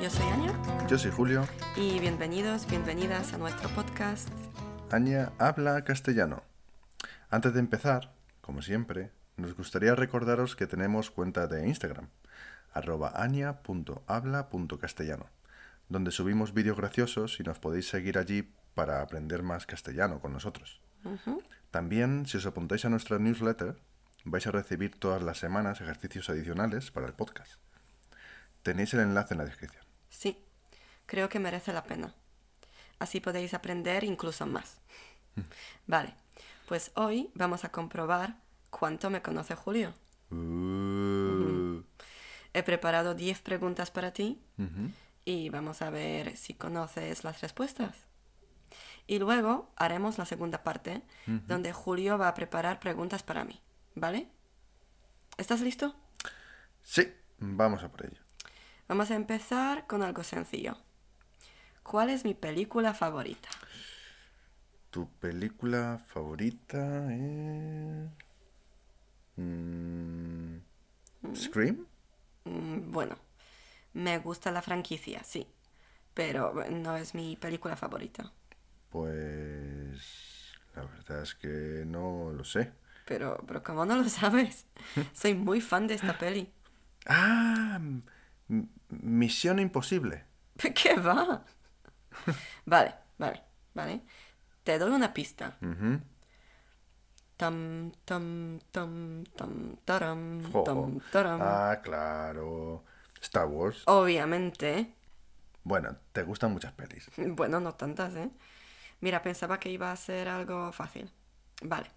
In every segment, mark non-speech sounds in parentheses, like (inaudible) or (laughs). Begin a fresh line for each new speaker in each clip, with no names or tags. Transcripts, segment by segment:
Yo soy Anya
Yo soy Julio.
y bienvenidos, bienvenidas a nuestro podcast.
Aña habla castellano. Antes de empezar, como siempre, nos gustaría recordaros que tenemos cuenta de Instagram, arroba aña.habla.castellano, donde subimos vídeos graciosos y nos podéis seguir allí para aprender más castellano con nosotros. También, si os apuntáis a nuestra newsletter, vais a recibir todas las semanas ejercicios adicionales para el podcast. Tenéis el enlace en la descripción.
Sí, creo que merece la pena. Así podéis aprender incluso más. Vale, pues hoy vamos a comprobar cuánto me conoce Julio.
Uh.
He preparado 10 preguntas para ti
Ujú.
y vamos a ver si conoces las respuestas. Y luego haremos la segunda parte, donde Julio va a preparar preguntas para mí, ¿vale? ¿Estás listo?
Sí, vamos a por ello.
Vamos a empezar con algo sencillo. ¿Cuál es mi película favorita?
Tu película favorita es. Mm, Scream?
Mm, Bueno, me gusta la franquicia, sí, pero no es mi película favorita.
Pues. La verdad es que no lo sé.
Pero, pero ¿cómo no lo sabes? Soy muy fan de esta peli. (laughs)
¡Ah! M- Misión Imposible.
¿Qué va? Vale, vale, vale. Te doy una pista.
Ujú.
Tam, tam, tam, tam, taram,
Jo.
tam, taram.
Ah, claro. Star Wars.
Obviamente.
Bueno, te gustan muchas pelis.
(laughs) Bueno, no tantas, ¿eh? Mira, pensaba que iba a ser algo fácil. Vale.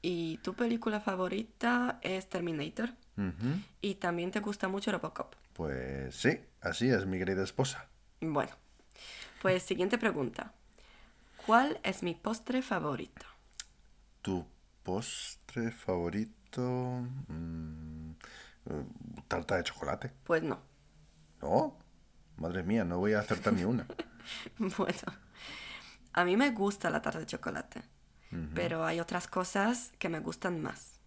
¿Y tu película favorita es Terminator?
Ujú.
Y también te gusta mucho Robocop.
Pues sí, así es mi querida esposa.
Bueno. Pues siguiente pregunta. ¿Cuál es mi postre favorito?
¿Tu postre favorito? Mm, eh, tarta de chocolate.
Pues no. (laughs)
No, madre mía, no voy a acertar ni una.
Bueno, a mí me gusta la tarta de chocolate, pero hay otras cosas que me gustan más.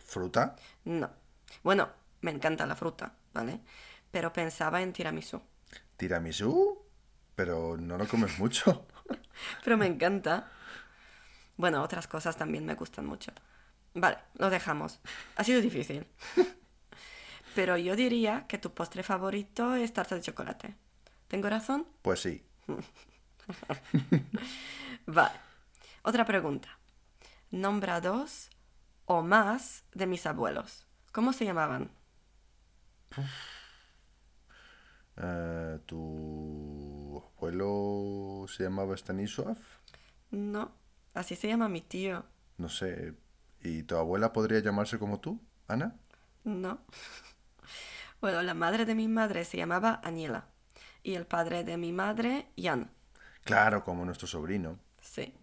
¿Fruta?
No. Bueno, me encanta la fruta, ¿vale? Pero pensaba en tiramisú.
¿Tiramisú? Pero no lo comes mucho. (laughs)
Pero me encanta. Bueno, otras cosas también me gustan mucho. Vale, lo dejamos. Ha sido difícil. Pero yo diría que tu postre favorito es tarta de chocolate. ¿Tengo razón?
Pues sí.
Vale. Otra pregunta. Nombra dos o más de mis abuelos. ¿Cómo se llamaban?
Eh, ¿Tu abuelo se llamaba Stanislav?
No, así se llama mi tío.
No sé. ¿Y tu abuela podría llamarse como tú, Ana?
No. (laughs) Bueno, la madre de mi madre se llamaba Aniela y el padre de mi madre, Jan.
Claro, como nuestro sobrino.
Sí.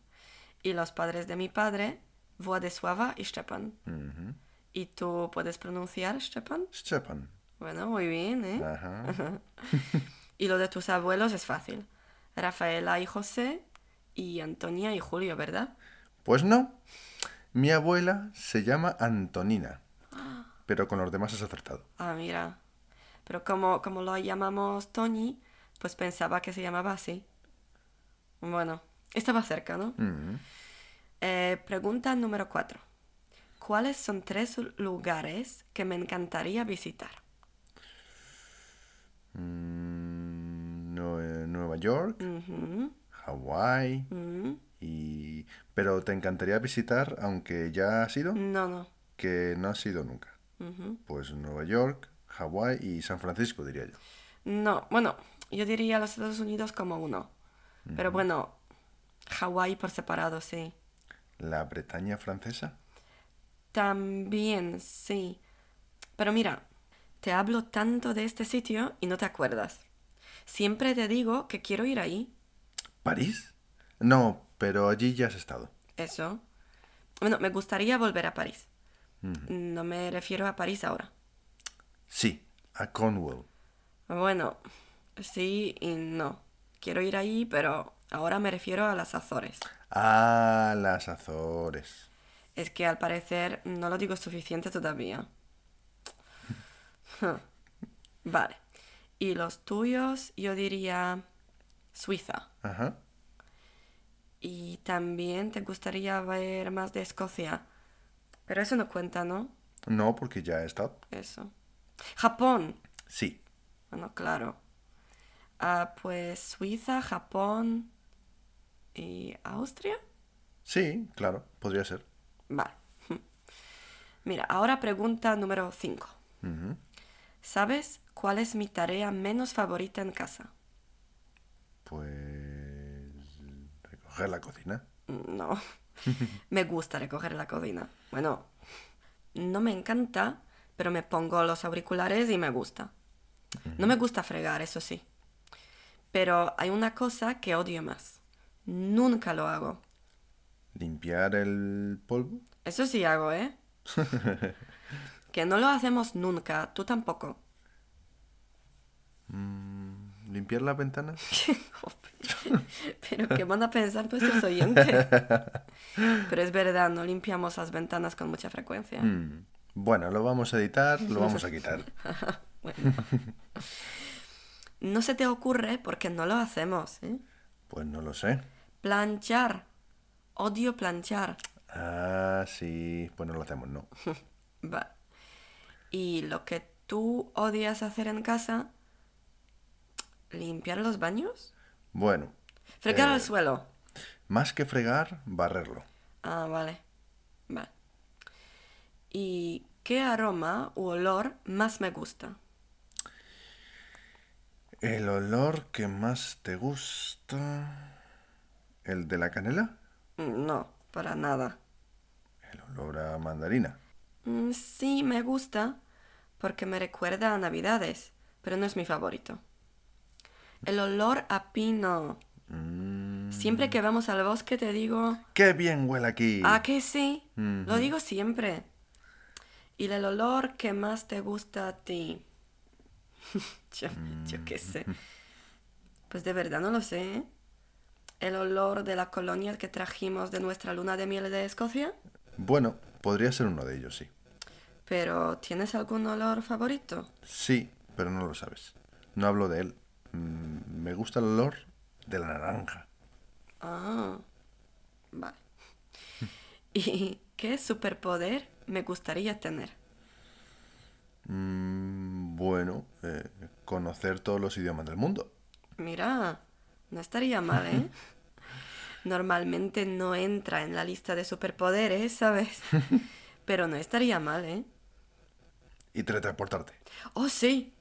Y los padres de mi padre, Władysława y Szczepan.
Ujú.
¿Y tú puedes pronunciar Szczepan?
Stepan.
Bueno, muy bien, ¿eh?
Ajá.
Y lo de tus abuelos es fácil. Rafaela y José y Antonia y Julio, ¿verdad?
Pues no. Mi abuela se llama Antonina. Pero con los demás has acertado.
Ah, mira. Pero como, como lo llamamos Tony, pues pensaba que se llamaba así. Bueno, estaba cerca, ¿no?
Ujú.
Eh, pregunta número cuatro. ¿Cuáles son tres lugares que me encantaría visitar?
Mm, Nue- Nueva York,
Ujú,
Hawái
ujú.
y... Pero te encantaría visitar, aunque ya has ido,
No, no.
que no has ido nunca.
Ujú.
Pues Nueva York, Hawái y San Francisco, diría yo.
No, bueno, yo diría los Estados Unidos como uno. Pero bueno, Hawái por separado, sí.
¿La Bretaña francesa?
También, sí. Pero mira, te hablo tanto de este sitio y no te acuerdas. Siempre te digo que quiero ir ahí.
¿París? No, pero allí ya has estado.
Eso. Bueno, me gustaría volver a París. No me refiero a París ahora.
Sí, a Cornwall.
Bueno, sí y no. Quiero ir ahí, pero ahora me refiero a las Azores.
A Ah, las Azores.
Es que al parecer no lo digo suficiente todavía. (laughs) vale. Y los tuyos, yo diría Suiza.
Ajá.
Y también te gustaría ver más de Escocia. Pero eso no cuenta, ¿no?
No, porque ya he estado.
Eso. Japón.
Sí.
Bueno, claro. Ah, pues Suiza, Japón y Austria.
Sí, claro, podría ser.
Vale. (laughs) Mira, ahora pregunta número 5.
Ujú.
¿Sabes cuál es mi tarea menos favorita en casa?
Pues. recoger la cocina.
No. me gusta recoger la cocina. Bueno, no me encanta, pero me pongo los auriculares y me gusta. No me gusta fregar, eso sí. Pero hay una cosa que odio más. Nunca lo hago.
Limpiar el polvo.
Eso sí hago, ¿eh? que no lo hacemos nunca, tú tampoco.
Mm, Limpiar las ventanas.
Joder. (laughs) Pero qué van a pensar nuestros oyentes. Pero es verdad, no limpiamos las ventanas con mucha frecuencia.
Mm. Bueno, lo vamos a editar, lo vamos a quitar.
Bueno. No se te ocurre porque no lo hacemos. ¿eh?
Pues no lo sé.
Planchar. Odio planchar.
Ah, sí. Pues no lo hacemos, no.
Va. Y lo que tú odias hacer en casa, limpiar los baños,
Bueno,
fregar
Eh.
el suelo.
más que fregar, barrerlo.
Ah, vale. Vale. ¿Y qué aroma u olor más me gusta?
El olor que más te gusta. ¿El de la canela?
Mm, No, para nada.
El olor a mandarina.
Mm, Sí, me gusta porque me recuerda a Navidades, pero no es mi favorito. El olor a pino.
Mm,
Siempre que vamos al bosque te digo,
¡Qué bien huele aquí!
ah, que sí. Lo
Ujú.
digo siempre. Y el olor que más te gusta a ti. (laughs) yo, yo
Mm.
qué sé. Pues de verdad no lo sé. ¿eh? El olor de la colonia que trajimos de nuestra luna de miel de Escocia.
Bueno, podría ser uno de ellos, sí.
Pero, ¿tienes algún olor favorito?
Sí, pero no lo sabes. No hablo de él. Mm, me gusta el olor de la naranja.
Ah, vale. (laughs) ¿Y qué superpoder me gustaría tener?
Mm, bueno, eh, conocer todos los idiomas del mundo.
Mira, no estaría mal, ¿eh? Normalmente no entra en la lista de superpoderes, ¿sabes? Pero no estaría mal, ¿eh?
Y teletransportarte.
Oh, sí.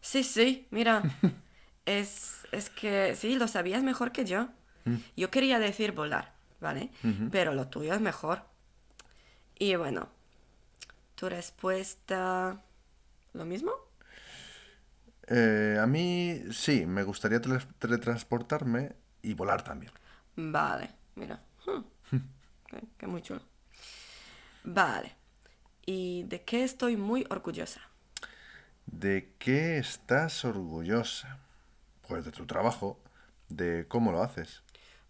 Sí, sí, mira. (laughs) Es, es que sí, lo sabías mejor que yo. Yo quería decir volar, ¿vale? Pero lo tuyo es mejor. Y bueno, tu respuesta... ¿Lo mismo?
Eh, a mí sí, me gustaría tele- teletransportarme y volar también.
Vale, mira. Hmm. Qué, qué muy chulo. Vale. ¿Y de qué estoy muy orgullosa?
¿De qué estás orgullosa? Pues de tu trabajo, de cómo lo haces.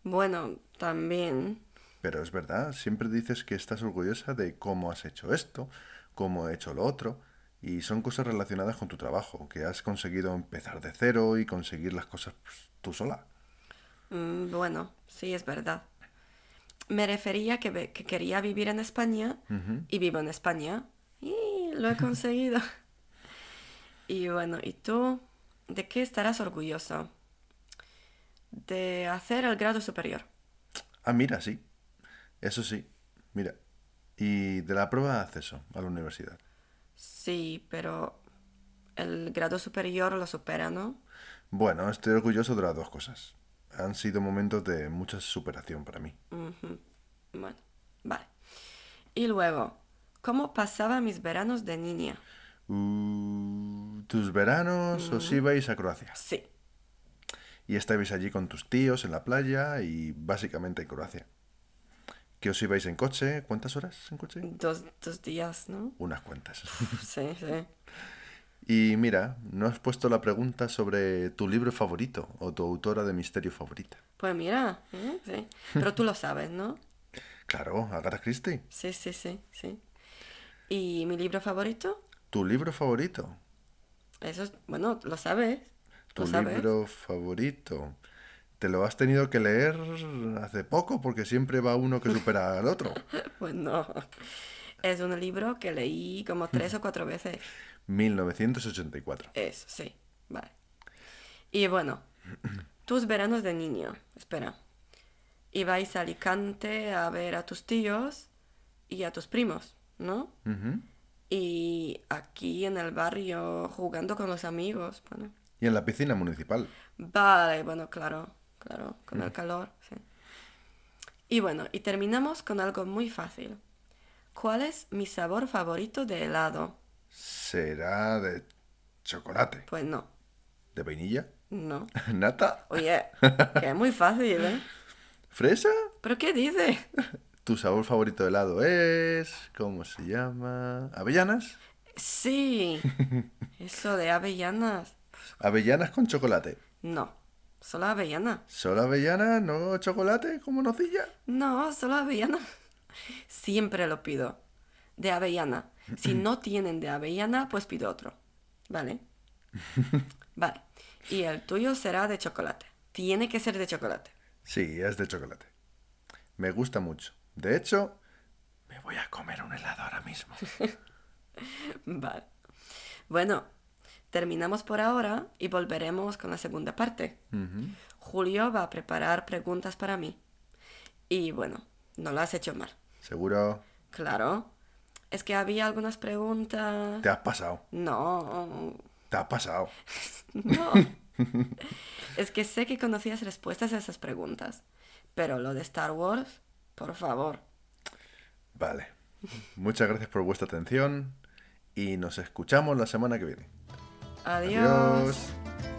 Bueno, también...
Pero es verdad, siempre dices que estás orgullosa de cómo has hecho esto, cómo he hecho lo otro, y son cosas relacionadas con tu trabajo, que has conseguido empezar de cero y conseguir las cosas pues, tú sola.
Mm, Bueno, sí, es verdad. Me refería que, ve- que quería vivir en España y vivo en España y lo he conseguido. Y bueno, ¿y tú de qué estarás orgulloso? De hacer el grado superior.
Ah, mira, sí. Eso sí, mira. Y de la prueba de acceso a la universidad.
Sí, pero el grado superior lo supera, ¿no?
Bueno, estoy orgulloso de las dos cosas. Han sido momentos de mucha superación para mí.
Ujú. Bueno, vale. Y luego, ¿cómo pasaba mis veranos de niña?
Uh, tus veranos os ibais a Croacia.
Sí,
y estabais allí con tus tíos en la playa y básicamente en Croacia. ¿Que os ibais en coche? ¿Cuántas horas en coche?
dos, dos días, ¿no? (laughs)
Unas cuantas.
Sí, sí.
Y mira, no has puesto la pregunta sobre tu libro favorito o tu autora de misterio favorita.
Pues mira, ¿eh? sí. Pero tú lo sabes, ¿no?
Claro, Agatha Christie.
Sí, sí, sí, sí. ¿Y mi libro favorito?
¿Tu libro favorito?
Eso, es- bueno, lo sabes.
Tu
sabes?
libro favorito. Te lo has tenido que leer hace poco porque siempre va uno que supera
(laughs)
al otro.
(laughs) Pues no. Es un libro que leí como tres o cuatro veces.
1984.
Es, sí, vale. Y bueno, tus veranos de niño, espera. Y vais a Alicante a ver a tus tíos y a tus primos, ¿no?
Ujú.
Y aquí en el barrio jugando con los amigos, bueno.
Y en la piscina municipal.
Vale, bueno, claro, claro, con el calor, sí. Y bueno, y terminamos con algo muy fácil. ¿Cuál es mi sabor favorito de helado?
Será de chocolate.
Pues no,
¿De vainilla? (laughs)
no.
¿Nata?
Oye, que es muy fácil, ¿eh?
¿Fresa?
¿Pero qué dice?
¿Tu sabor favorito de helado es? ¿Cómo se llama? ¿Avellanas?
Sí, eso de avellanas.
¿Avellanas con chocolate?
No, solo avellana.
¿Solo avellanas, no chocolate como nocilla?
No, solo avellana. Siempre lo pido. De avellana. Si no tienen de avellana, pues pido otro. ¿Vale? Vale. Y el tuyo será de chocolate. Tiene que ser de chocolate. (laughs)
Sí, es de chocolate. Me gusta mucho. De hecho, me voy a comer un helado ahora mismo.
Vale. Bueno, terminamos por ahora y volveremos con la segunda parte.
Ujú.
Julio va a preparar preguntas para mí. Y bueno, no lo has hecho mal.
Seguro
Claro. Es que había algunas preguntas.
te has pasado.
No,
Te has pasado.
no. es que sé que conocías respuestas a esas preguntas. Pero lo de Star Wars, por favor.
Vale. Muchas gracias por vuestra atención y nos escuchamos la semana que viene.
Adiós.
Adiós.